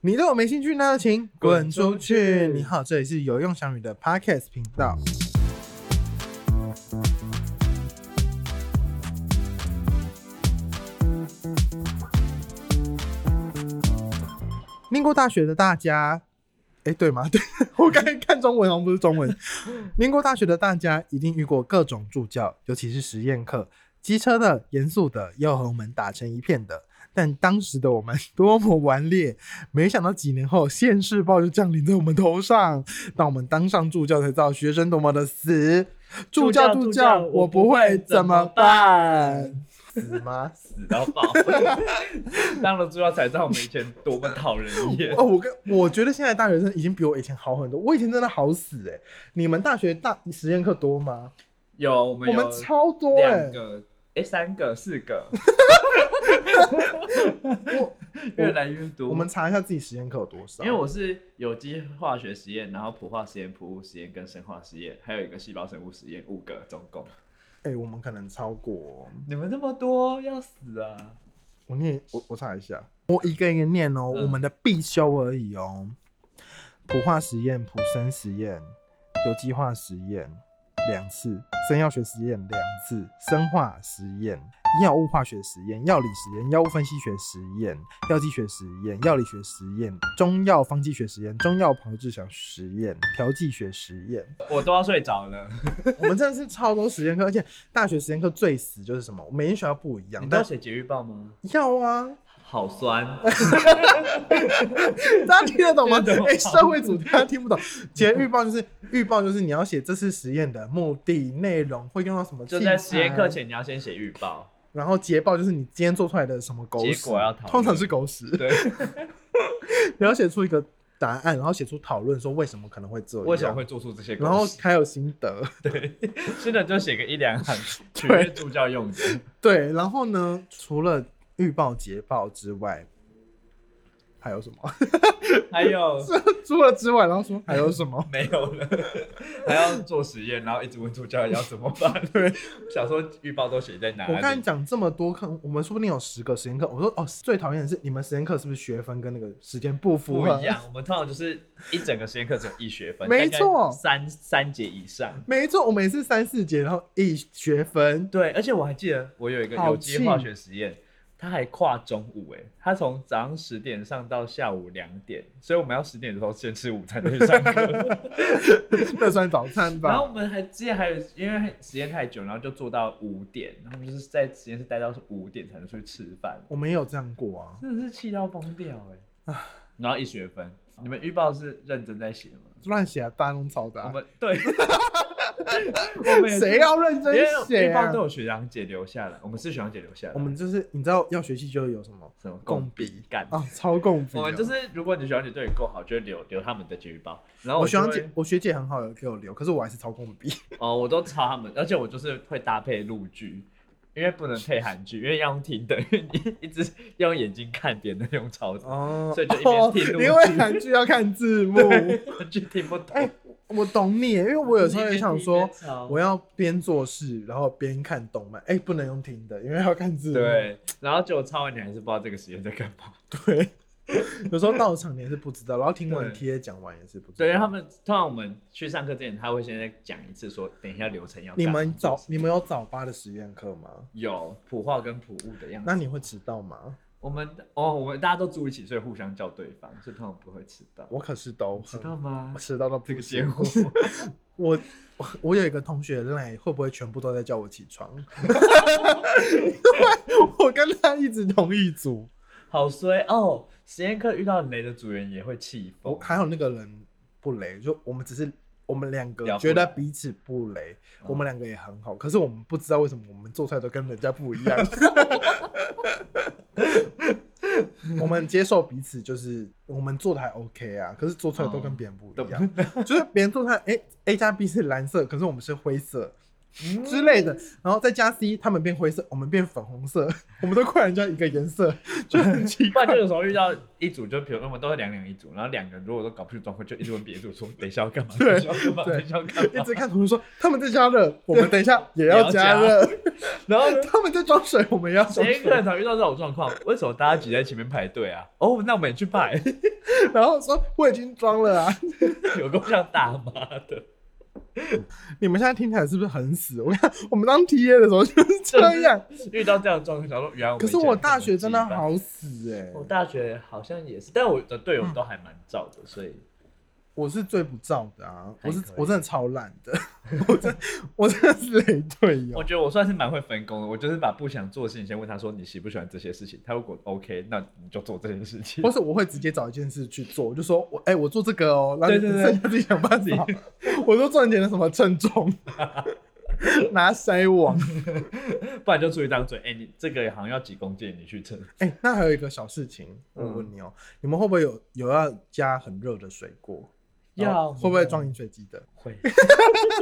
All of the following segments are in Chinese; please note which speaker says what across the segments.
Speaker 1: 你对我没兴趣，那就请滚
Speaker 2: 滚
Speaker 1: 出
Speaker 2: 出
Speaker 1: 去！
Speaker 2: 去
Speaker 1: 你好，这里是有用小雨的 Podcast 频道。念过大学的大家，哎，对吗？ 对，我刚才看中文，好像不是中文。念过大学的大家一定遇过各种助教，尤其是实验课，机车的、严肃的，要和我们打成一片的。 但当时的我们多么顽劣， 没想到几年后，现世报就降临在我们头上。当我们当上助教，才知道学生多么的死。助教，助
Speaker 2: 助教
Speaker 1: 教，我不会怎么办？死吗？
Speaker 2: 死到爆。 当了助教才知道我们以前多么讨人厌
Speaker 1: 哦，。我跟我觉得现在大学生已经比我以前好很多。我以前真的好死哎、你们大学大实验课多吗？
Speaker 2: 有我们
Speaker 1: 我们
Speaker 2: 有
Speaker 1: 超多哎、
Speaker 2: 两个，哎，三个，四个，
Speaker 1: 我
Speaker 2: 越来越多。
Speaker 1: 我们查一下自己实验课有多少，
Speaker 2: 因为我是有机化学实验，然后普化实验、普物实验跟生化实验，还有一个细胞生物实验，五个总共。
Speaker 1: 哎、我们可能超过。
Speaker 2: 你们这么多，要死啊！
Speaker 1: 我念我我查一下，我一个一个念哦，
Speaker 2: 嗯
Speaker 1: 我们的必修而已哦。普化实验、普生实验、有机化实验两次，生药学实验两次，生化实验、药物化学实验、药理实验、药物分析学实验、药剂学实验、药理学实验、中药方剂学实验、中药炮制小实验、调剂学实验。
Speaker 2: 我都要睡着了。
Speaker 1: 我们真的是超多实验课，而且大学实验课最死就是什么？我每天学校不一样
Speaker 2: 你，都
Speaker 1: 但
Speaker 2: 要写节育报吗？
Speaker 1: 要啊，
Speaker 2: 好酸，
Speaker 1: 大家听得懂吗？
Speaker 2: 听得懂
Speaker 1: 哎、社会组大家听不懂。其实预报就是预报，就是你要写这次实验的目的、内容，会用到什么，
Speaker 2: 就在实验课。前你要先写预 报。
Speaker 1: 然后捷报就是你今天做出来的什么狗屎，
Speaker 2: 结果要讨论
Speaker 1: 通常是狗屎。
Speaker 2: 对，
Speaker 1: 你要写出一个答案，然后写出讨论，说为什么可能会这样，
Speaker 2: 为什么会，做出这些？
Speaker 1: 然后还有心得。
Speaker 2: 真的就写个一两行，取
Speaker 1: 对
Speaker 2: 悦助教用的。
Speaker 1: 对，然后呢，除了预报、捷报之外，还有什么？
Speaker 2: 还有
Speaker 1: 除了之外，然后说还有什么？
Speaker 2: 哎没有了， 还要做实验，然后一直问助教要怎么办？
Speaker 1: 对，
Speaker 2: 想说预报都写在哪
Speaker 1: 我刚才
Speaker 2: 里？
Speaker 1: 讲这么多课，我们说不定有十个实验课。我说哦，最讨厌的是你们实验课是不是学分跟那个时间不符
Speaker 2: 不
Speaker 1: 合
Speaker 2: 一？样，我们通常就是一整个实验课只有一学分，
Speaker 1: 没错
Speaker 2: 大概三三节以上。
Speaker 1: 没错，我们也是三四节，然后一学分，
Speaker 2: 对，而且我还记得我有一个
Speaker 1: 好
Speaker 2: 有机
Speaker 1: 气
Speaker 2: 化学实验，它还跨中午哎，它从早上十点上到下午两点，所以我们要十点的时候先吃午餐再去上课。
Speaker 1: 那算早餐
Speaker 2: 然后
Speaker 1: 吧？
Speaker 2: 我们还之前还有因为时间太久，然后就做到五点，然后我们就是在实验室待到五点才能出去吃饭，
Speaker 1: 我们也有这样过啊。
Speaker 2: 真的是气到疯掉哎、然后一学分，你们预报是认真在写吗？
Speaker 1: 乱写啊，大家弄抄的
Speaker 2: 我
Speaker 1: 啊、
Speaker 2: 们 对，我们也是
Speaker 1: 谁要认
Speaker 2: 因为
Speaker 1: 真写
Speaker 2: 预报
Speaker 1: 啊
Speaker 2: 都？有学长姐留下来，我们是学长姐留下来，
Speaker 1: 我们就是你知道要学习就有什么
Speaker 2: 什么
Speaker 1: 共
Speaker 2: 共笔干。
Speaker 1: 啊，超共笔、
Speaker 2: 我
Speaker 1: 啊。
Speaker 2: 们哦就是，如果你学长姐对你够好，就会留留他们的预报。然后
Speaker 1: 我
Speaker 2: 我
Speaker 1: 学
Speaker 2: 就
Speaker 1: 长
Speaker 2: 会
Speaker 1: 姐，我学姐很好，有给我留，可是我还是超共 笔。
Speaker 2: 哦，我都抄他们，而且我就是会搭配陆剧，因为不能配韩剧，因为要用听的，因为你一直要用眼睛看别人用抄的，
Speaker 1: 哦
Speaker 2: 所以就一边听录
Speaker 1: 因为韩剧要看字幕。
Speaker 2: 韩剧听不懂。
Speaker 1: 哎我懂你耶，因为我有时候
Speaker 2: 就是
Speaker 1: 也
Speaker 2: 一边
Speaker 1: 想
Speaker 2: 听一
Speaker 1: 说
Speaker 2: 边，抄
Speaker 1: 我要边做事，然后边看动漫。哎、不能用听的，因为要看字幕。
Speaker 2: 对，然后结果抄完你还是不知道这个实验在干嘛。
Speaker 1: 对，有时候到场你也是不知道，然后听完
Speaker 2: 对
Speaker 1: 贴讲完也是不知道。
Speaker 2: 对，因为他们通常我们去上课之前，他会先讲一次说，等一下流程要干
Speaker 1: 你
Speaker 2: 嘛。
Speaker 1: 们早你们有早八的实验课吗？
Speaker 2: 有普化跟普物的样子。
Speaker 1: 那你会迟到吗？
Speaker 2: 我们哦，我们大家都住一起，所以互相叫对方，所以通常不会迟到。
Speaker 1: 我可是都
Speaker 2: 迟
Speaker 1: 很
Speaker 2: 到吗
Speaker 1: 我？迟到到
Speaker 2: 这
Speaker 1: 不
Speaker 2: 个结
Speaker 1: 行。
Speaker 2: 果，
Speaker 1: 我 我我有一个同学赖，会不会全部都在叫我起床？ 对，我跟他一直同一组。
Speaker 2: 好衰哦！实验课遇到雷的组员也会气
Speaker 1: 我
Speaker 2: 疯。
Speaker 1: 还有那个人不雷，就我们只是我们两个
Speaker 2: 聊不
Speaker 1: 觉得
Speaker 2: 来
Speaker 1: 彼此不雷，
Speaker 2: 嗯
Speaker 1: 我们两个也很好，可是我们不知道为什么我们做出来都跟人家不一 样。我们接受彼此，就是我们做的还 OK 啊，可是做出来都跟别人不一样，就是别人做出来，哎、a 加 B 是蓝色，可是我们是灰色，
Speaker 2: 嗯
Speaker 1: 之类的，然后再加 C，他们变灰色，我们变粉红色，我们都快人家一个颜色，就很奇
Speaker 2: 不
Speaker 1: 怪
Speaker 2: 然。就有时候遇到一组，就比如说我们都是两两一组，然后两个人如果都搞不清楚状况，就一直问别组说等一下要干嘛，
Speaker 1: 对
Speaker 2: 等一下要干嘛，
Speaker 1: 对
Speaker 2: 等一下要干
Speaker 1: 一
Speaker 2: 嘛，
Speaker 1: 直看同学说他们在加热，我们等一下 也要加热；
Speaker 2: 然后
Speaker 1: 他们在装水，我们也要装
Speaker 2: 谁可
Speaker 1: 水。
Speaker 2: 能常遇到这种状况？为什么大家挤在前面排队啊？哦，那我们也去排，
Speaker 1: 然后说我已经装了啊，
Speaker 2: 有够像大妈的，
Speaker 1: 你们现在听起来是不是很死？我看我们当 T A 的时候就是这 样。
Speaker 2: 遇到这样的状况，想说原来我们
Speaker 1: 可
Speaker 2: 以前
Speaker 1: 是我大学真的
Speaker 2: 这么
Speaker 1: 好死哎、
Speaker 2: 鸡巴，我大学好像也是，但我的队友都还蛮燥的，所以
Speaker 1: 我是最不照的啊，
Speaker 2: 还
Speaker 1: 我是
Speaker 2: 可以
Speaker 1: 我真的超懒的， 我真我真的是累队哦
Speaker 2: 我
Speaker 1: 友。
Speaker 2: 觉得我算是蛮会分工的。我就是把不想做的事情先问他说你喜不喜欢这些事情，他如果 OK，那你就做这件事情
Speaker 1: 或。是我会直接找一件事去做，我就说我哎、我做这个哦，然后
Speaker 2: 对
Speaker 1: 你
Speaker 2: 对对
Speaker 1: 剩下自己想办 法。我都赚钱的什么称重， 拿筛网。
Speaker 2: 不然就出一张嘴，哎、你这个好像要几公斤，你去称。
Speaker 1: 哎、那还有一个小事情，我问你哦、你们会不会有有要加很热的水果？
Speaker 2: 要
Speaker 1: 然后会不会装饮水机的？
Speaker 2: 会，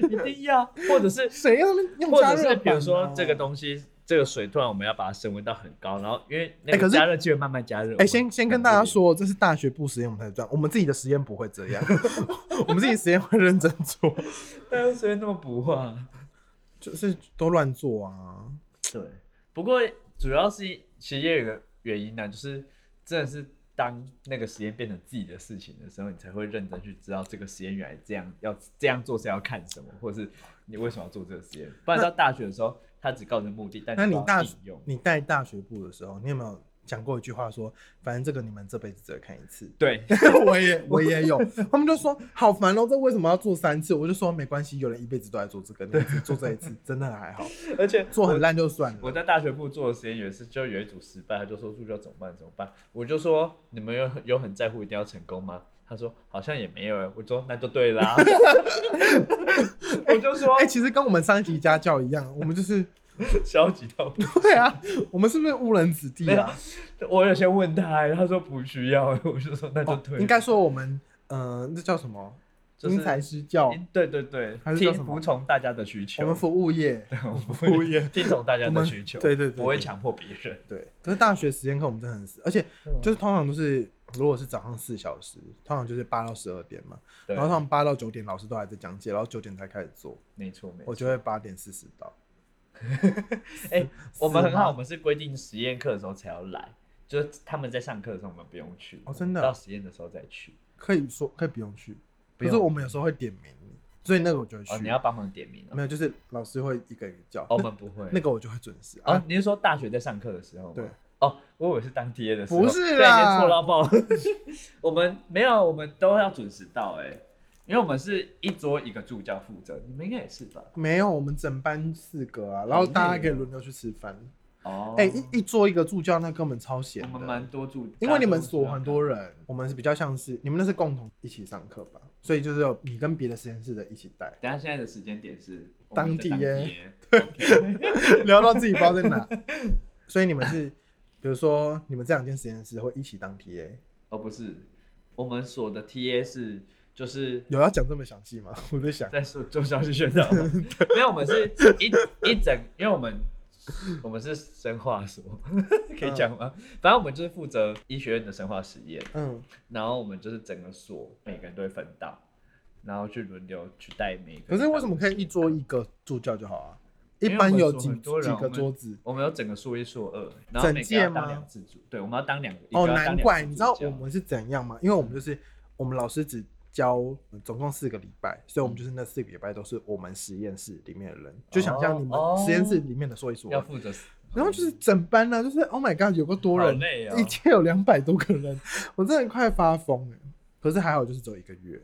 Speaker 2: 一定要，或者是
Speaker 1: 谁要那边用
Speaker 2: 或
Speaker 1: 加
Speaker 2: 者
Speaker 1: 热、啊
Speaker 2: 是比如说这个，东西，这个水突然我们要把它升温到很高，然后因为那
Speaker 1: 哎可
Speaker 2: 个
Speaker 1: 是
Speaker 2: 加热器会慢慢加热。
Speaker 1: 哎、先先跟大
Speaker 2: 嗯
Speaker 1: 家，说，这是大学部实验我们才这样，我们自己的实验不会这样， 我们自己实验会认真做，
Speaker 2: 大家谁那么啊不化？
Speaker 1: 就是都乱做啊。
Speaker 2: 对，不过主要是其实也有个原因呢、啊就是真的是当那个实验变成自己的事情的时候，你才会认真去知道这个实验原来这样要这样做是要看什么，或者是你为什么要做这个实验。不然到大学的时候，他只告诉你目的，但
Speaker 1: 那你
Speaker 2: 不知道
Speaker 1: 大
Speaker 2: 应用。
Speaker 1: 你带大学部的时候，你有没有讲过一句话说，反正这个你们这辈子只会看一次？
Speaker 2: 对，
Speaker 1: 我也我也有，他们就说好烦哦，这为什么要做三次？我就说没关系，有人一辈子都在做这个，你只做这一次，真的还好，
Speaker 2: 而且
Speaker 1: 做很
Speaker 2: 我
Speaker 1: 烂就算了。
Speaker 2: 我在大学部做的实验有一次，就有一组失败，他就说助教怎么办怎么办？我就说你们有有很在乎一定要成功吗？他说好像也没有欸，我说那就对啦。 我就说
Speaker 1: 哎、其实跟我们上一集家教一样，我们就是
Speaker 2: 消极到不
Speaker 1: 对啊，我们是不是误人子弟
Speaker 2: 没
Speaker 1: 啊？
Speaker 2: 有，我有先问他欸，他说不需要欸，我就说那就
Speaker 1: 哦
Speaker 2: 对了。
Speaker 1: 应该说我们呃，那叫什么？
Speaker 2: 就是
Speaker 1: 因材施教，
Speaker 2: 诶对对对
Speaker 1: 还，是叫
Speaker 2: 听
Speaker 1: 什么
Speaker 2: 服从大家的需求，
Speaker 1: 我们 服务业，服务业。
Speaker 2: 听从大家
Speaker 1: 我
Speaker 2: 的
Speaker 1: 们
Speaker 2: 需求，
Speaker 1: 对对对
Speaker 2: 不会
Speaker 1: 对
Speaker 2: 强迫别人。
Speaker 1: 对，可是大学实验课我们真的很死，而且就是通常都是，如果是早上四小时，通常就是八到十二点嘛，
Speaker 2: 对
Speaker 1: 然后他们八到九点老师都还在讲解，然后九点才开始做，
Speaker 2: 没错没错
Speaker 1: 我。就会八点四十到。
Speaker 2: 哎、我们很
Speaker 1: 是吗
Speaker 2: 好，我们是规定实验课的时候才要来，就是他们在上课的时候我们不用去，
Speaker 1: 哦真的
Speaker 2: 到实验的时候再去。
Speaker 1: 可以说可以不用去，
Speaker 2: 不
Speaker 1: 可是
Speaker 2: 用
Speaker 1: 我们有时候会点名你，所以那个我就会去。
Speaker 2: 哦，你要帮忙点名哦。
Speaker 1: 没有，就是老师会一个一个叫，
Speaker 2: 哦，我
Speaker 1: 那
Speaker 2: 们不会。
Speaker 1: 那个我就会准时。
Speaker 2: 哦
Speaker 1: 啊，，
Speaker 2: 你是说大学在上课的时候吗？
Speaker 1: 对。
Speaker 2: 哦，我以为是当 TA 的时候。
Speaker 1: 不是
Speaker 2: 对已
Speaker 1: 啦
Speaker 2: 经错到爆。 我们没有，我们都要准时到哎、因为我们是一桌一个助教负责，你们应该也是吧？
Speaker 1: 没有，我们整班四个啊，然后大家可以
Speaker 2: 好累哦
Speaker 1: 轮流去吃饭。
Speaker 2: 哦。
Speaker 1: 哎、一一桌一个助教，那根本超闲
Speaker 2: 我们
Speaker 1: 的。
Speaker 2: 蛮多助，
Speaker 1: 因为你们
Speaker 2: 所
Speaker 1: 所很多人，我们是比较像是你们那是共同一起上课吧，所以就是有你跟别的实验室的一起 带。
Speaker 2: 等一下现在的时间点是我
Speaker 1: 当
Speaker 2: 们在
Speaker 1: TA
Speaker 2: 当 TA
Speaker 1: 聊到自己不知道在哪。所以你们是，比如说你们这两间实验室会一起当 TA，
Speaker 2: 哦，不是，我们所的 TA 是就是
Speaker 1: 有要讲这么详细吗？我在想，
Speaker 2: 在说做消息宣导吗， 没有，我们是一一整，因为我们我们是生化所， 可以讲吗？反正我们就是负责医学院的生化实验，
Speaker 1: 嗯，
Speaker 2: 然后我们就是整个所每个人都会分到，然后去轮流去带每一
Speaker 1: 可
Speaker 2: 个。
Speaker 1: 是为什么可以一？桌一个助教就好啊？一
Speaker 2: 因为
Speaker 1: 般有
Speaker 2: 我们
Speaker 1: 几
Speaker 2: 组很多人
Speaker 1: 几
Speaker 2: 我
Speaker 1: 个
Speaker 2: 们
Speaker 1: 桌子？
Speaker 2: 我们有整个数一数二，然后每个要当两次组，对，我们要当两个。一个
Speaker 1: 哦，
Speaker 2: 要当
Speaker 1: 难
Speaker 2: 两
Speaker 1: 怪
Speaker 2: 次
Speaker 1: 你知道
Speaker 2: 组这
Speaker 1: 我
Speaker 2: 样
Speaker 1: 们是怎样吗？因为我们就是我们老师只教呃总共四个礼拜，所以我们就是那四个礼拜都是我们实验室里面的人，就想象你们
Speaker 2: 嗯哦
Speaker 1: 实验室里面的说一说
Speaker 2: 要
Speaker 1: 二。
Speaker 2: 负责，
Speaker 1: 然后就是整班呢、就是 Oh my God，有个多人
Speaker 2: 好，累啊
Speaker 1: 一届有两百多个人，我真的快发疯了。可是还好，就是只有一个月，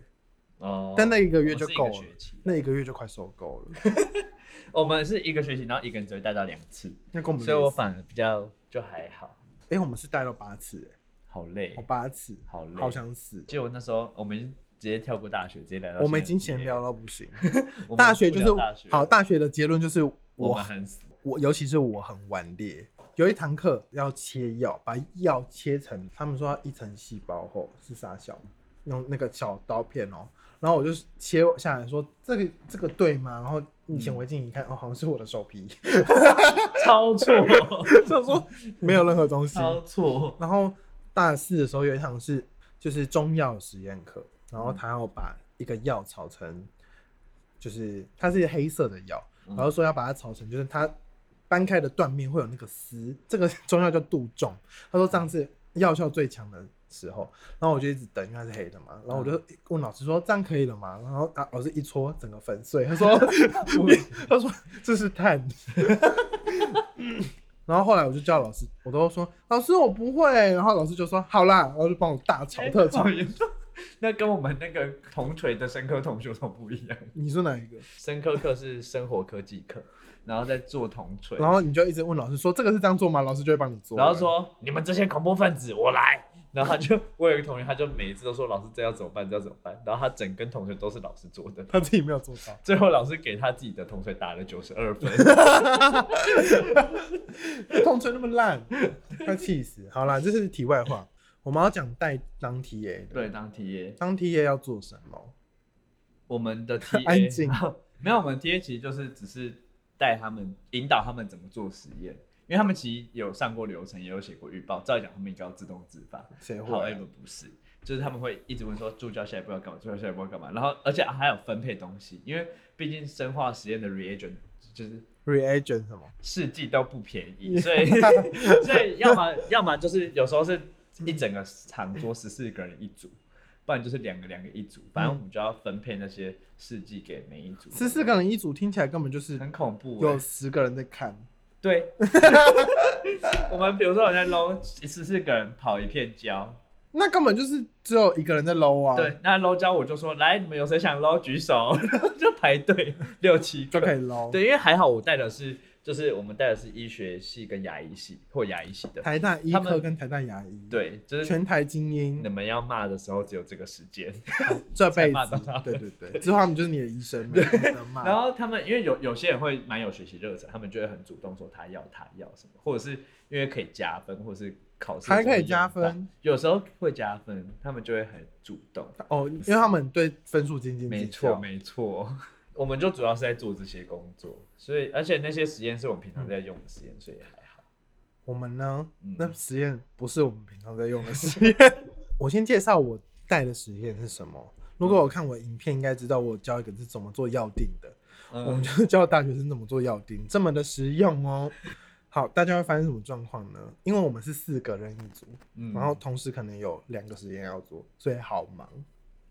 Speaker 2: 哦，
Speaker 1: 但那一个月
Speaker 2: 我们
Speaker 1: 就是够
Speaker 2: 一个
Speaker 1: 了
Speaker 2: 学期
Speaker 1: 那一个月就快受够了。
Speaker 2: 我们是一个学期，然后一个人只会带到两次，
Speaker 1: 那跟我们
Speaker 2: 所以我
Speaker 1: 类似，
Speaker 2: 反而比较就还好，
Speaker 1: 哎、我们是待了八次、
Speaker 2: 好累
Speaker 1: 哎，哦，，八次，
Speaker 2: 好累。
Speaker 1: 好想死。
Speaker 2: 结果那时候我们直接跳过大学，直接来到
Speaker 1: 我们已经
Speaker 2: 现在
Speaker 1: 闲
Speaker 2: 毕业，
Speaker 1: 聊到不行。
Speaker 2: 我们
Speaker 1: 大学就
Speaker 2: 不
Speaker 1: 是
Speaker 2: 聊大学
Speaker 1: 好，大学的结论就是
Speaker 2: 我
Speaker 1: 我
Speaker 2: 们很死
Speaker 1: 我尤其是我很顽劣。有一堂课要切药，把药切成，他们说要一层细胞后是啥小，用那个小刀片哦，然后我就切下来说这个这个对吗？然后你
Speaker 2: 嗯
Speaker 1: 显微镜一看，哦，好像是我的手 皮，
Speaker 2: 超错，
Speaker 1: 就说没有任何东西。
Speaker 2: 超错，
Speaker 1: 然后大四的时候有一堂是就是中药实验课，然后他要把一个药炒成，就是它是黑色的药，
Speaker 2: 嗯
Speaker 1: 然后说要把它炒成，就是它掰开的断面会有那个丝，这个 中药叫杜仲。他说上次药效最强的时候，然后我就一直等，因为它是黑的嘛，然后我就问老师说这样可以了吗？然后啊老师一戳，整个粉碎， 他说 他说这是碳。 然后后来我就叫老师，我都说老师我不会，然后老师就说好啦，然后就帮我大吵特吵。
Speaker 2: 好严重。那跟我们那个同锤的生科同学都不一样，
Speaker 1: 你说哪一个？
Speaker 2: 生科课是生活科技课，然后再做同锤，
Speaker 1: 然后你就一直问老师说这个是这样做吗？老师就会帮你做。
Speaker 2: 然后说你们这些恐怖分子，我来。 然后他就，我有一个同学，他就每一次都说老师这要怎么办，这要怎么办。然后他整根同学都是老师做的，
Speaker 1: 他自己没有做到。
Speaker 2: 最后老师给他自己的同学打了九十 二分。
Speaker 1: 通吹那么 烂，快气死！好啦，这是题外话，我们要讲带当 TA 的，
Speaker 2: 对，当 TA，
Speaker 1: 当 TA 要做什么？
Speaker 2: 我们的 TA
Speaker 1: 安静
Speaker 2: 没有，我们 TA 其实就是只是带他们引导他们怎么做实验，因为他们其实有上过流程，也有写过预报，照理讲他们应该要自动自发。
Speaker 1: 谁会啊
Speaker 2: 好 e v 不是，就是他们会一直问说助教下一步要干嘛，助教下一步要干嘛，然后而且还有分配东西，因为毕竟生化实验的 reagent 就是。
Speaker 1: reagent 什么？
Speaker 2: 试剂都不便 宜，所以所以要么要么就是有时候是一整个长桌十四个人一组，不然就是两个两个一组，反正我们就要分配那些试剂给每一组。
Speaker 1: 十四个人一组，听起来根本就是
Speaker 2: 很恐怖欸、
Speaker 1: 有十个人在看。
Speaker 2: 对， 我们比如说我在捞十四个人跑一片胶，
Speaker 1: 那根本就是只有一个人在搂啊，
Speaker 2: 对，，那捞胶我就说来，你们有谁想捞举手， 就排队六七
Speaker 1: 就
Speaker 2: 个。
Speaker 1: 可以搂。
Speaker 2: 对，因为还好我带的是，就是我们带的是医学系跟牙医系或牙医系的，
Speaker 1: 台大医
Speaker 2: 他
Speaker 1: 科
Speaker 2: 们
Speaker 1: 跟台大牙医，，
Speaker 2: 对，就是
Speaker 1: 全台精英
Speaker 2: 你，们要骂的时候只有这个时间。
Speaker 1: 这辈
Speaker 2: 才骂到
Speaker 1: 子
Speaker 2: 他，
Speaker 1: 对对对，之后他们就是你的医生，没有人能骂
Speaker 2: 然后他们因为有有些人会蛮有学习热忱，他们就会很主动说他要他要什么，或者是因为可以加分，或者是考试
Speaker 1: 还可以
Speaker 2: 中
Speaker 1: 加
Speaker 2: 用到，
Speaker 1: 分
Speaker 2: 有时候会加分，他们就会很主动。
Speaker 1: 哦，因为他们对分数斤斤计
Speaker 2: 没
Speaker 1: 较
Speaker 2: 错，。没错。我们就主要是在做这些工作，所以而且那些实验是我们平常在用的实验，所以还好。
Speaker 1: 我们呢
Speaker 2: 嗯，
Speaker 1: 那实验不是我们平常在用的实 验。我先介绍我带的实验是什么。如果我看我影片，应该知道我教一个是怎么做药定的。我们
Speaker 2: 嗯，
Speaker 1: 就是教大学生怎么做药定，这么的实用哦。好，大家会发生什么状况呢？因为我们是四个人一组，
Speaker 2: 嗯
Speaker 1: 然后同时可能有两个实验要做，所以好忙，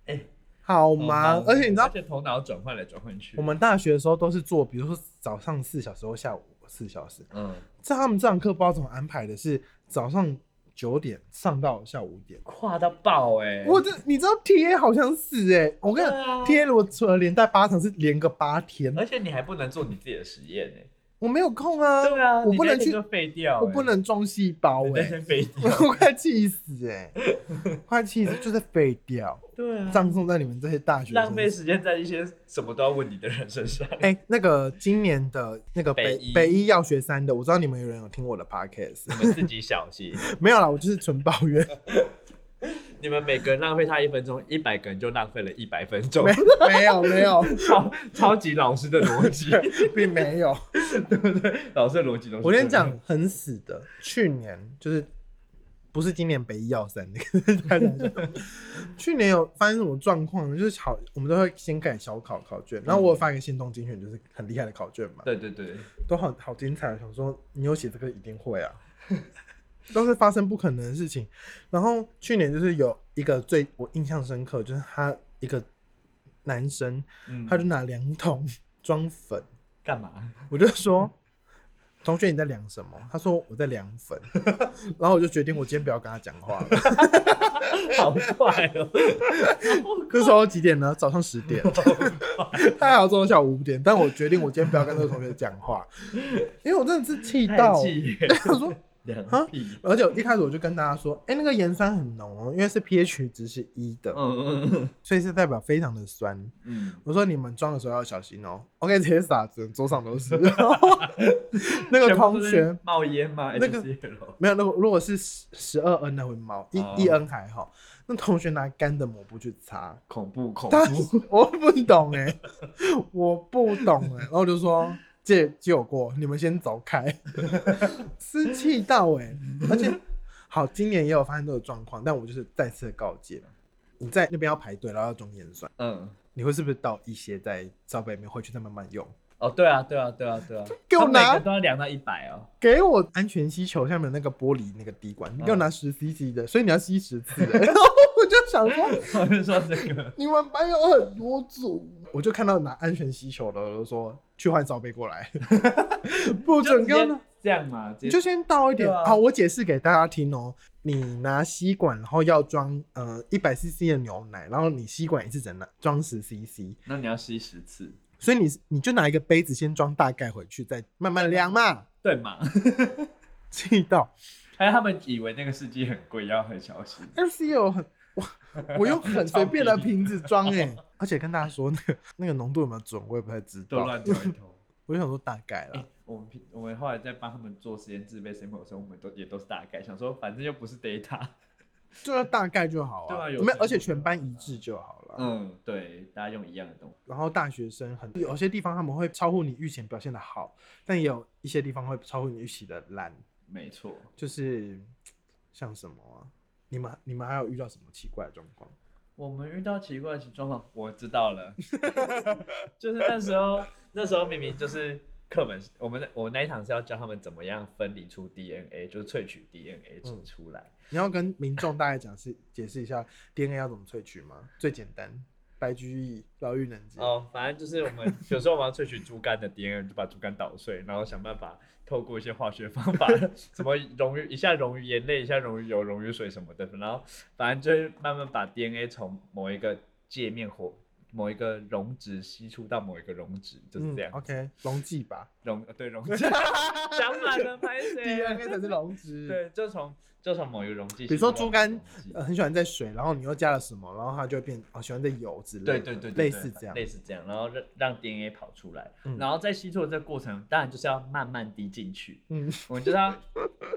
Speaker 2: 哎
Speaker 1: 好
Speaker 2: 头
Speaker 1: 忙。
Speaker 2: 脑
Speaker 1: 而且你知道
Speaker 2: 而，且头脑转换来转换去
Speaker 1: 我，们大学的时候都是做，比如说早上四小时或下午四小时，
Speaker 2: 嗯，
Speaker 1: 在他们这堂课不知道怎么安排的是早上九点上到下午五点。
Speaker 2: 跨到爆哎、
Speaker 1: 我这你知道 T A 好像是哎、我跟你
Speaker 2: 对啊哎
Speaker 1: 讲，T A 如果除了连带八场是连个八天，
Speaker 2: 而且你还不能做你自己的实验哎、
Speaker 1: 我没有空啊，
Speaker 2: 对啊，
Speaker 1: 我不能
Speaker 2: 你那天
Speaker 1: 去
Speaker 2: 就，废掉、欸
Speaker 1: 我不，能装细胞
Speaker 2: 你
Speaker 1: 哎、
Speaker 2: 那天废掉，
Speaker 1: 我快气死 哎、快气死，就是废掉，
Speaker 2: 对啊，
Speaker 1: 葬送在你们这些大学
Speaker 2: 浪
Speaker 1: 生
Speaker 2: 费。时间在一些什么都要问你的人身上。
Speaker 1: 哎、那个今年的那个北
Speaker 2: 北医
Speaker 1: 北医药学三的，我知道你们有人有听我的 podcast，
Speaker 2: 你们自己小心，
Speaker 1: 没有啦，我就是纯抱怨。
Speaker 2: 你们每个人浪费他一分钟，一百个人就浪费了一百分钟
Speaker 1: 没，没有没有，
Speaker 2: 超超级老师的逻 辑。
Speaker 1: 并没有。
Speaker 2: 对不对？老师的逻辑都是。
Speaker 1: 我跟你，讲，很死的。去年就是不是今年北医药三 那个大家讲，去年有发生什么状况呢？就是考，我们都会先改小考考卷，然后我有发一个心动精选，就是很厉害的考卷嘛，
Speaker 2: 对对对，
Speaker 1: 都好好精彩。想说你有写这个一定会啊， 都是发生不可能的事情。然后去年就是有一个最我印象深刻，就是他一个男生，
Speaker 2: 嗯，
Speaker 1: 他就拿两桶装粉。
Speaker 2: 干嘛？
Speaker 1: 我就说：“ 同学，你在量什么？”他说：“我在量粉。” 然后我就决定我今天不要跟他讲话了。
Speaker 2: 好快哦！
Speaker 1: 这时候几点呢？早上十点。 他还要做到下午五点，但我决定我今天不要跟这个同学讲话，因为我真的是气
Speaker 2: 太
Speaker 1: 到，
Speaker 2: 气耶，
Speaker 1: 我说
Speaker 2: 凉
Speaker 1: 啊
Speaker 2: 皮，
Speaker 1: 而且一开始我就跟大家说，哎、那个盐酸很浓哦，因为是 pH 值是一的，
Speaker 2: 嗯嗯嗯
Speaker 1: 所以是代表非常的酸。
Speaker 2: 嗯，
Speaker 1: 我说你们装的时候要小心哦。OK，直接撒，整桌上都 是。那个
Speaker 2: 全部
Speaker 1: 同
Speaker 2: 都是
Speaker 1: 学
Speaker 2: 冒烟吗？
Speaker 1: 那个
Speaker 2: HCL
Speaker 1: 没有，那个如果是十十二 N 的会冒，一
Speaker 2: 哦
Speaker 1: 一 N 还好。那同学拿干的抹布去擦，
Speaker 2: 恐怖恐
Speaker 1: 他
Speaker 2: 怖，
Speaker 1: 我不懂哎、我不懂哎、然后我就说借借我过，你们先走开，生气到哎、而且好，今年也有发生这个状况，但我就是再次告诫，你在那边要排队，然后要装盐酸，
Speaker 2: 嗯。
Speaker 1: 你会是不是倒一些在罩杯里面回去再慢慢用？
Speaker 2: 哦，对啊，对啊，对啊，对啊，
Speaker 1: 给我
Speaker 2: 他每
Speaker 1: 拿
Speaker 2: 个都要量到一百哦。
Speaker 1: 给我安全吸球下面那个玻璃那个滴管，你给我拿十 CC 的，所以你要吸十次、欸。然后我就想说，
Speaker 2: 我是说这个，
Speaker 1: 你们班有很多组，我就看到拿安全吸球的，我就说去换罩杯过来，不准 给我
Speaker 2: 就
Speaker 1: 拿
Speaker 2: 直接，这样嘛，
Speaker 1: 你
Speaker 2: 直
Speaker 1: 就
Speaker 2: 接
Speaker 1: 先倒一点。
Speaker 2: 对啊
Speaker 1: 好，我解释给大家听哦。你拿吸管，然后要装呃一百 CC 的牛奶，然后你吸管一次只能拿装十 CC，
Speaker 2: 那你要吸十次，
Speaker 1: 所以你你就拿一个杯子先装大概回去，再慢慢量嘛。
Speaker 2: 对嘛？
Speaker 1: 气到。
Speaker 2: 还有他们以为那个试剂很贵，要很小心。
Speaker 1: LCO 很我我用很随便的瓶子装哎、而且跟大家说那个那个浓度有没有准，我也不太知
Speaker 2: 都
Speaker 1: 道。
Speaker 2: 乱挑 一通。
Speaker 1: 我就想说大概了
Speaker 2: 哎，我们平我们后来在帮他们做实验自备 sample 的时候，我们都也都是大概想说，反正又不是 data。
Speaker 1: 就要大概就好
Speaker 2: 对
Speaker 1: 啊，
Speaker 2: 啊
Speaker 1: 没
Speaker 2: 有
Speaker 1: 有，而且
Speaker 2: 程度
Speaker 1: 全班一致就好了。
Speaker 2: 嗯，对，大家用一样的东西。
Speaker 1: 然后大学生很有些地方他们会超乎你预期表现的好，但也有一些地方会超乎你预期的烂，
Speaker 2: 没错，
Speaker 1: 就是像什么啊？你们你们还有遇到什么奇怪的状况？
Speaker 2: 我们遇到奇怪的状况，我知道了，就是那时候，那时候明明就是课本，我们的我们那一堂是要教他们怎么样分离出 DNA，就是萃取 DNA
Speaker 1: 嗯
Speaker 2: 出来。
Speaker 1: 你要跟民众大概讲是解释一下 DNA 要怎么萃取吗？最简单，白居易、牢狱能解。
Speaker 2: 哦，反正就是我 们有时候我们要萃取猪肝的 DNA，就把猪肝捣碎，然后想办法透过一些化学方 法，什么溶于一下溶于盐类，一下溶于油，溶于水什么的，然后反正就是慢慢把 DNA 从某一个界面或某一个溶质析出到某一个溶质，就是这样。
Speaker 1: 嗯、
Speaker 2: 啊
Speaker 1: OK，溶剂吧
Speaker 2: 溶呃对溶剂，讲反了，拍谁？
Speaker 1: ，DNA 才是溶脂。，
Speaker 2: 对，就从就从某一个溶剂，
Speaker 1: 比如说猪肝呃，
Speaker 2: 呃，
Speaker 1: 很喜欢在水，然后你又加了什么，然后它就会变哦，喜欢在油之类的，
Speaker 2: 对对对，对
Speaker 1: 类
Speaker 2: 对
Speaker 1: 似这样。
Speaker 2: 类似这样，然后让让 DNA 跑出来，
Speaker 1: 嗯
Speaker 2: 然后在吸出的这个过程，当然就是要慢慢滴 进去，
Speaker 1: 嗯，
Speaker 2: 我们就要，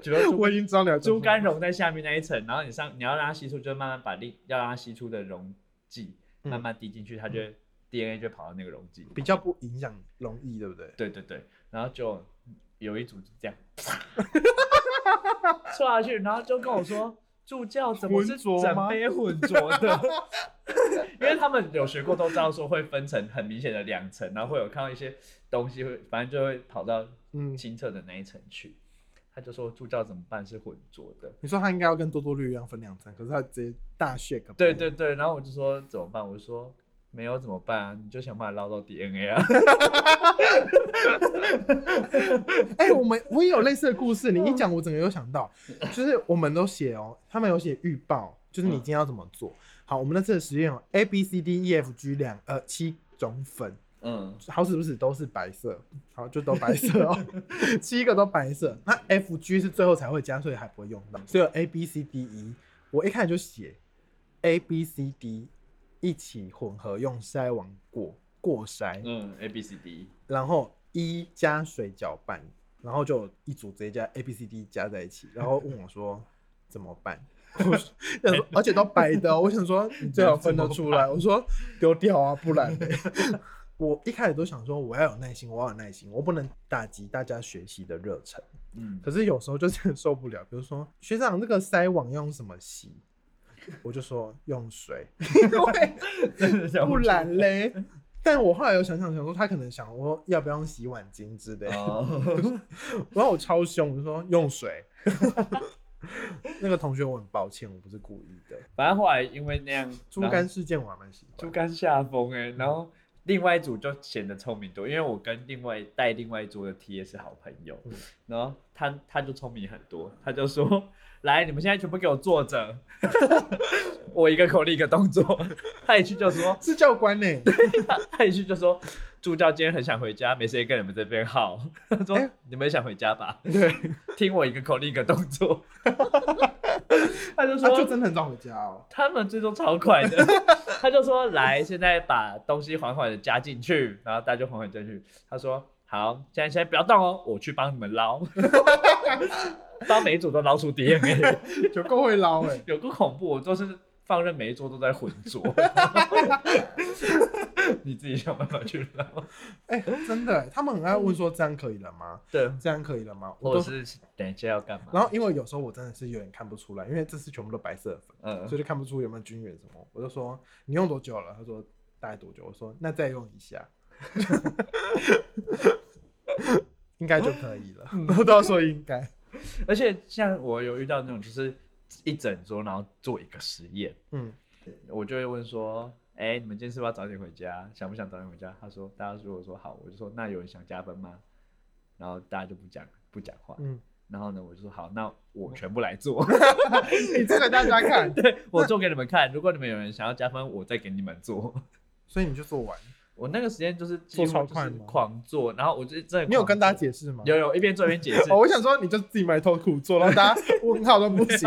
Speaker 2: 比如说 猪
Speaker 1: 我已经知道了
Speaker 2: 猪肝溶在下面那一层，然后你上你要让它吸出，就慢慢把另要让它吸出的溶剂
Speaker 1: 嗯
Speaker 2: 慢慢滴进去，它就会 DNA 就跑到那个溶剂，
Speaker 1: 比较不影响溶液，对不对？
Speaker 2: 对对对，然后就有一组就这样 戳下去，然后就跟我说助教怎么是
Speaker 1: 浑浊吗
Speaker 2: 整杯混浊的？ 因为他们有学过，都知道说会分成很明显的两层，然后会有看到一些东西会，反正就会跑到
Speaker 1: 嗯，
Speaker 2: 清澈的那一层去。他就说助教怎么办是混浊的，
Speaker 1: 你说它应该要跟多多绿一样分两层，可是它直接大 shake。
Speaker 2: 对，对对，然后我就说怎么办？我就说没有怎么办啊？你就想办法捞到 DNA 啊。
Speaker 1: 哎、我们我也有类似的故事，你一讲我整个有想到，就是我们都写哦，他们有写预报，就是你今
Speaker 2: 嗯
Speaker 1: 天要怎么做。好，我们那次的实验哦，A B C D E F G 两呃七种粉，
Speaker 2: 嗯
Speaker 1: 好死不死都是白色，好就都白色哦，七个都白色。那 F G 是最后才会加，所以还不会用到。所以有 A B C D E，我一开始就写 A B C D 一起混合用筛网过过筛，
Speaker 2: 嗯，A B C D，
Speaker 1: 然后一加水搅拌，然后就有一组直接加 A B C D 加在一起，然后问我 说怎么办？我想 说，而且都白的哦、我想说你最好分得出 来。我说丢掉啊，不 然嘞。我一开始都想说我要有耐心，我要有耐心，我不能打击大家学习的热忱。
Speaker 2: 嗯，
Speaker 1: 可是有时候就真的受不了，比如说学长那个筛网要用什么洗，我就说用水，因为 不然嘞。 但我后来有想想想说，他可能想说要不要用洗碗巾之类的，
Speaker 2: 哦，
Speaker 1: 然后我超凶，我就说用水。 那个同学我很抱歉，我不是故意的。
Speaker 2: 反正后来因为那样，
Speaker 1: 猪
Speaker 2: 然
Speaker 1: 肝
Speaker 2: 后
Speaker 1: 事件我还蛮喜
Speaker 2: 猪
Speaker 1: 欢。
Speaker 2: 肝下风哎、然后另外一组就显得聪明多，因为我跟另外带另外一桌的 T A 是好朋友，
Speaker 1: 嗯
Speaker 2: 然后他他就聪明很多，他就说 来你们现在全部给我坐着， 我一个口令一个动作，他一去就说
Speaker 1: 是教官呢、
Speaker 2: 他一去就说助教今天很想回家，没时间跟你们这边耗。他说、
Speaker 1: 哎
Speaker 2: 你们也想回家吧？
Speaker 1: 对，
Speaker 2: 听我一个口令一个动 作。他就
Speaker 1: 他
Speaker 2: 说、
Speaker 1: 就真的很早回家哦。
Speaker 2: 他们最终超快 的，他就说来，现在把东西缓缓的加进去，然后大家就缓缓地加进去。他说好，现在现在不要动哦，我去帮你们 捞，帮每一组都捞出 DNA，
Speaker 1: 有够会捞哎、
Speaker 2: 有个恐怖，我就是放任每一桌都在混 浊，你自己想办法去捞。
Speaker 1: 哎、真的、欸，他们很爱问说这样可以了吗？
Speaker 2: 对，
Speaker 1: 这样可以了吗？我
Speaker 2: 或
Speaker 1: 都
Speaker 2: 者是等一下要干嘛？
Speaker 1: 然后因为有时候我真的是有点看不出来，因为这次全部都白色的粉，
Speaker 2: 嗯，
Speaker 1: 所以就看不出有没有均匀什么。我就说你用多久了？他说大概多久？我说那再用一下， 应该就可以了。
Speaker 2: 嗯
Speaker 1: 我都要说应该，
Speaker 2: 而且像我有遇到那种就是一整桌，然后做一个实验。
Speaker 1: 嗯，
Speaker 2: 我就会问说，哎、你们今天是不是要早点回家？想不想早点回家？他说，大家如果说好，我就说那有人想加分吗？然后大家就不讲不讲话。
Speaker 1: 嗯，
Speaker 2: 然后呢，我就说好，那我全部 来做，
Speaker 1: 你这个大家看，
Speaker 2: 对我做给你们看。如果你们有人想要加分，我再给你们做。
Speaker 1: 所以你就做完。
Speaker 2: 我那个时间就是几乎
Speaker 1: 做超
Speaker 2: 就
Speaker 1: 快
Speaker 2: 是
Speaker 1: 吗
Speaker 2: 狂做，然后我就真的
Speaker 1: 你有
Speaker 2: 狂
Speaker 1: 跟大家
Speaker 2: 做
Speaker 1: 解释吗？
Speaker 2: 有有一边做一边解释
Speaker 1: 哦，，我想说你就自己埋头苦做，然后大家问号都不 行。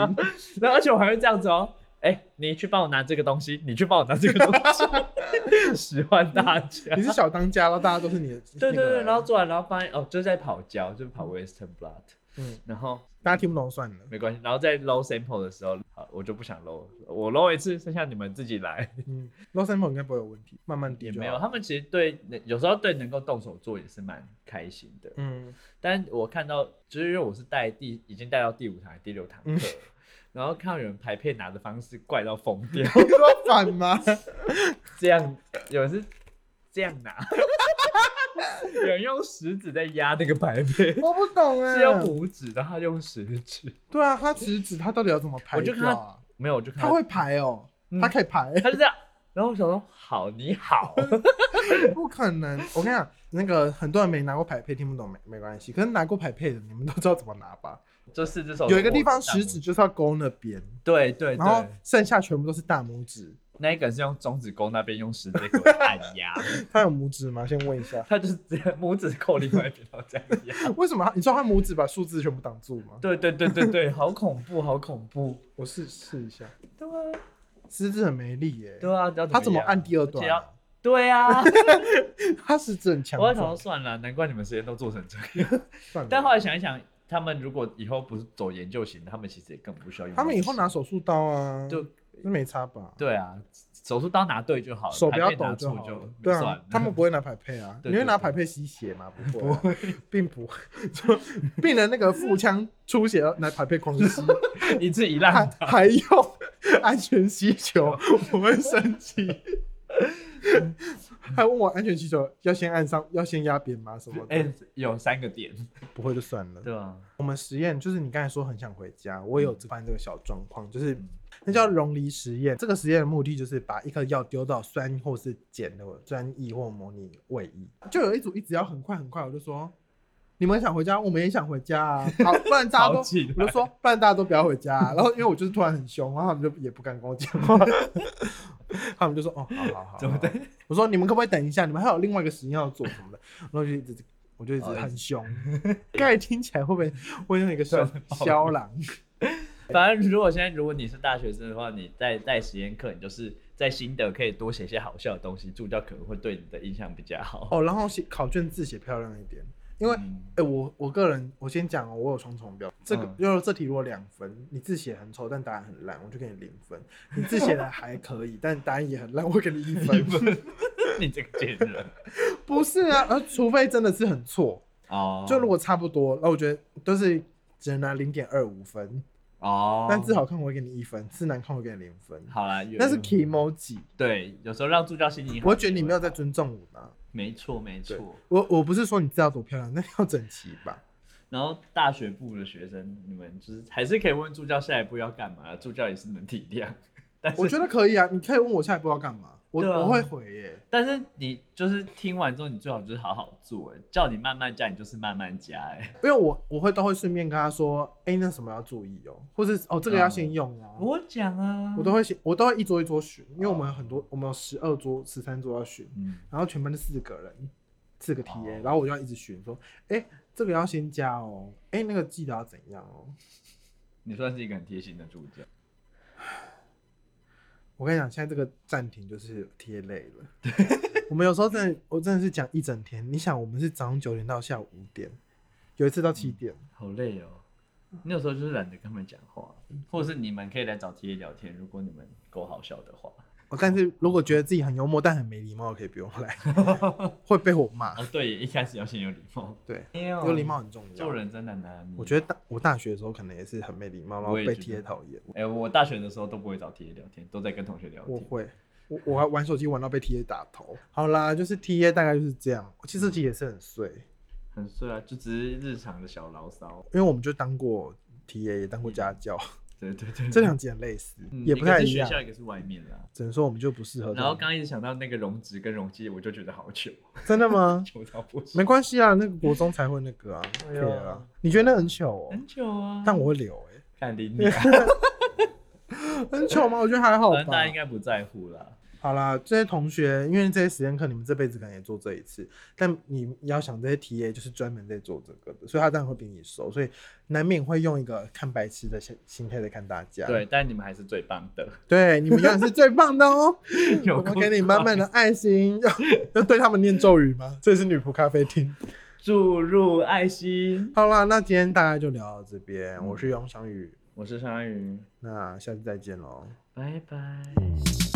Speaker 2: 然后而且我还会这样子哦，哎、你去帮我拿这个东西，你去帮我拿这个东 西， 使唤大家
Speaker 1: 你。是小当家，然后大家都是你的。
Speaker 2: 对对对，然后
Speaker 1: 后
Speaker 2: 做完，然后发现哦，就是在跑胶，就是跑 Western blot，
Speaker 1: 嗯，
Speaker 2: 然后
Speaker 1: 大家听不懂算了。
Speaker 2: 没关系，然后在 low sample 的时候，好，我就不想 low，我 low 一次，剩下你们自己来。
Speaker 1: 嗯 l o s a m o 应该不会有问题，慢慢滴
Speaker 2: 也
Speaker 1: 就
Speaker 2: 没有，
Speaker 1: 好。
Speaker 2: 他们其实对有时候对能够动手做也是蛮开心的。
Speaker 1: 嗯，
Speaker 2: 但我看到，就是因为我是带第已经带到第五堂、第六堂课，
Speaker 1: 嗯
Speaker 2: 了，然后看到有人排配拿的方式怪到疯掉，
Speaker 1: 你说反吗？
Speaker 2: 这样有人是这样拿， 有人用食指在压那个排配。
Speaker 1: 我不懂哎、
Speaker 2: 是用拇指，然后他用食指。
Speaker 1: 对啊，他食指他到底要怎么排
Speaker 2: 我就
Speaker 1: 掉
Speaker 2: 看
Speaker 1: 啊？
Speaker 2: 没有，我就看
Speaker 1: 他会排哦、
Speaker 2: 嗯
Speaker 1: 他可以排，
Speaker 2: 他就这样， 然后我想说好，你好，
Speaker 1: 不可能。我跟你讲，那个很多人没拿过排配，听不懂没没关系。可是拿过排配的，你们都知道怎么拿吧？
Speaker 2: 就四只手
Speaker 1: 有一个地方食指，就是要勾那边，
Speaker 2: 对哦对
Speaker 1: 然后
Speaker 2: 对，
Speaker 1: 剩下全部都是大拇指。
Speaker 2: 那一个人是用中指勾那边用食指给我按压，
Speaker 1: 他有拇指吗？先问一下，
Speaker 2: 他就是这样拇指扣另外一边，然后这样压。
Speaker 1: 为什么他？啊你知道他拇指把数字全部挡住吗？
Speaker 2: 对对对对对， 好恐怖，好恐怖。
Speaker 1: 我试试一下，
Speaker 2: 对啊，
Speaker 1: 食指很没力耶、
Speaker 2: 对啊，你要
Speaker 1: 他怎么
Speaker 2: 样
Speaker 1: 按？第二段
Speaker 2: 而且
Speaker 1: 啊、
Speaker 2: 要对啊，
Speaker 1: 他食指很强
Speaker 2: 我还想
Speaker 1: 壮
Speaker 2: 说。算了，难怪你们时间都做成这 样。
Speaker 1: 算了
Speaker 2: 但后来想一想，他们如果以后不是走研究型的，他们其实也更不需要用。
Speaker 1: 他们以后拿手术刀啊，
Speaker 2: 就
Speaker 1: 那没差吧？
Speaker 2: 对啊，手术刀拿对就好了，
Speaker 1: 手不要
Speaker 2: 排便
Speaker 1: 抖
Speaker 2: 拿
Speaker 1: 就
Speaker 2: 错
Speaker 1: 好
Speaker 2: 就
Speaker 1: 了。对
Speaker 2: 算
Speaker 1: 啊
Speaker 2: 了，
Speaker 1: 他们不会拿排配啊，
Speaker 2: 对
Speaker 1: 你会
Speaker 2: 对
Speaker 1: 拿
Speaker 2: 对
Speaker 1: 排配吸血吗？不会啊， 并不会。 就病人那个腹腔出血要拿排配狂 吸，
Speaker 2: 一次一
Speaker 1: 还
Speaker 2: 烂，
Speaker 1: 还用 安全吸球， 我会生气。 还问我安全吸球要先按上，要先压扁吗？什么的？
Speaker 2: 哎、有三个点，
Speaker 1: 不会就算了。
Speaker 2: 对啊吧？
Speaker 1: 我们实验就是你刚才说很想回家，我也有犯这个小状况，就是
Speaker 2: 嗯
Speaker 1: 那叫溶离实验。这个实验的目的就是把一颗药丢到酸或是碱的酸液或模拟胃液。就有一组一直要很快很快，我就说你们想回家，我们也想回家啊，好，不然大家都
Speaker 2: 吵 起来
Speaker 1: 我就说不然大家都不要回家、啊。然后因为我就是突然很凶，然后他们就也不敢跟我讲话， 他们就说哦，好好好
Speaker 2: 怎么
Speaker 1: 好
Speaker 2: 的？
Speaker 1: 我说你们可不可以等一下？你们还有另外一个实验要做什么 的？然后就一直，我就一直
Speaker 2: 哦
Speaker 1: 很凶。 刚才听起来会不会会那个 小
Speaker 2: 对
Speaker 1: 肖郎？
Speaker 2: 反正如果现在如果你是大学生的话，你在在实验课，你就是在新的可以多写一些好笑的东西，助教可能会对你的印象比较好。
Speaker 1: 哦，然后写考卷字写漂亮一点， 因为哎、
Speaker 2: 嗯
Speaker 1: 诶我我个人我先讲哦，我有双重标，这个
Speaker 2: 嗯
Speaker 1: 因为这题如果两分，你字写很丑但答案很烂，我就给你零分；你字写的还可以， 但答案也很烂，我会给你一分。
Speaker 2: 你这个贱人
Speaker 1: 不是啊，而除非真的是很错，
Speaker 2: 哦，
Speaker 1: 就如果差不多，那我觉得都是只能拿零点二五分，
Speaker 2: 哦，
Speaker 1: 但字好看我会给你一分，字难看我给你零分。
Speaker 2: 好啦，有
Speaker 1: 那是 emoji，
Speaker 2: 对，有时候让助教心情好，
Speaker 1: 我觉得你没有在尊重我呢。
Speaker 2: 没错没
Speaker 1: 对
Speaker 2: 错。
Speaker 1: 我我不是说你字要多漂亮，那要整齐吧。
Speaker 2: 然后大学部的学生，你们就是还是可以问助教下一步要干嘛，助教也是能体谅。但是
Speaker 1: 我觉得可以啊，你可以问我下一步要干嘛，我、
Speaker 2: 对啊
Speaker 1: 我会回耶。
Speaker 2: 但是你就是听完之后，你最好就是好好做，哎，叫你慢慢加，你就是慢慢加，哎。
Speaker 1: 因为我我会都会顺便跟他说，哎、那什么要注意哦，或是哦这个要先用啊，
Speaker 2: 我哦讲啊，
Speaker 1: 我都会先我都会一桌一桌巡，因为我们有很多我们有十二桌十三桌要巡，
Speaker 2: 嗯，
Speaker 1: 然后全班就四个人，四个
Speaker 2: 哦
Speaker 1: TA，、然后我就要一直询说，哎、这个要先加哦，哎、那个记得要怎样哦。
Speaker 2: 你算是一个很贴心的助教。
Speaker 1: 我跟你讲，现在这个暂停就是贴累 了。 我们有时候真的，我真的是讲一整天。你想，我们是早上九点到下午五点，有一次到七点。
Speaker 2: 好累哦。你有时候就是懒得跟他们讲话，或者是你们可以来找 T A 聊天，如果你们够好笑的 话。
Speaker 1: 哦，但是如果觉得自己很幽默但很没礼貌，可以不用 来，会被我骂。
Speaker 2: 啊，对，一开始要先有礼貌。
Speaker 1: 对，有
Speaker 2: 有
Speaker 1: 礼貌，很重要
Speaker 2: 做。哦人真的难。啊
Speaker 1: 我觉得大我大学的时候可能也是很没礼貌，然后
Speaker 2: 我也
Speaker 1: 被
Speaker 2: 觉得
Speaker 1: TA 讨厌。
Speaker 2: 得，哎、我大学的时候都不会找 T A 聊天，都在跟同学聊
Speaker 1: 我
Speaker 2: 天。
Speaker 1: 会，我我还玩手机玩到被 TA 打头。好啦，就是 TA 大概就是这样。其实自己也是很碎，
Speaker 2: 很碎啊，就只是日常的小牢骚。
Speaker 1: 因为我们就当过 TA，也当过家教，
Speaker 2: 对对对，
Speaker 1: 这两集很类似，
Speaker 2: 嗯
Speaker 1: 也不太
Speaker 2: 一个
Speaker 1: 一
Speaker 2: 是学
Speaker 1: 样。
Speaker 2: 校，一个是外面啦。
Speaker 1: 只能说我们就不适合这
Speaker 2: 然后
Speaker 1: 种。
Speaker 2: 刚一直想到那个容值跟容积，我就觉得好 糗，
Speaker 1: 真的吗？
Speaker 2: 糗到不行。
Speaker 1: 没关系啊，那个国中才会那 个啊，
Speaker 2: 哎
Speaker 1: 对
Speaker 2: 呦
Speaker 1: 啊。你觉得那很糗哦？
Speaker 2: 很糗啊，
Speaker 1: 但我会留哎，
Speaker 2: 看理你啊，
Speaker 1: 很糗吗？我觉得还好
Speaker 2: 反正大
Speaker 1: 吧
Speaker 2: 家应。该不在乎啦。
Speaker 1: 好啦，这些同学，因为这些实验课你们这辈子可能也做这一次，但你要想这些 TA 就是专门在做这个的，所以他当然会比你熟，所以难免会用一个看白痴的心心态在看大家。
Speaker 2: 对，但你们还是最棒的，
Speaker 1: 对，你们永远是最棒的 哦、
Speaker 2: 有
Speaker 1: 我
Speaker 2: 空
Speaker 1: 们给你满满的爱心，要要对他们念咒语 吗？这里是女仆咖啡厅。
Speaker 2: 啊注入爱心。
Speaker 1: 好啦，那今天大概就聊到这边，我是杨翔宇，
Speaker 2: 我是鲨鱼，
Speaker 1: 那下次再见喽。
Speaker 2: 拜拜。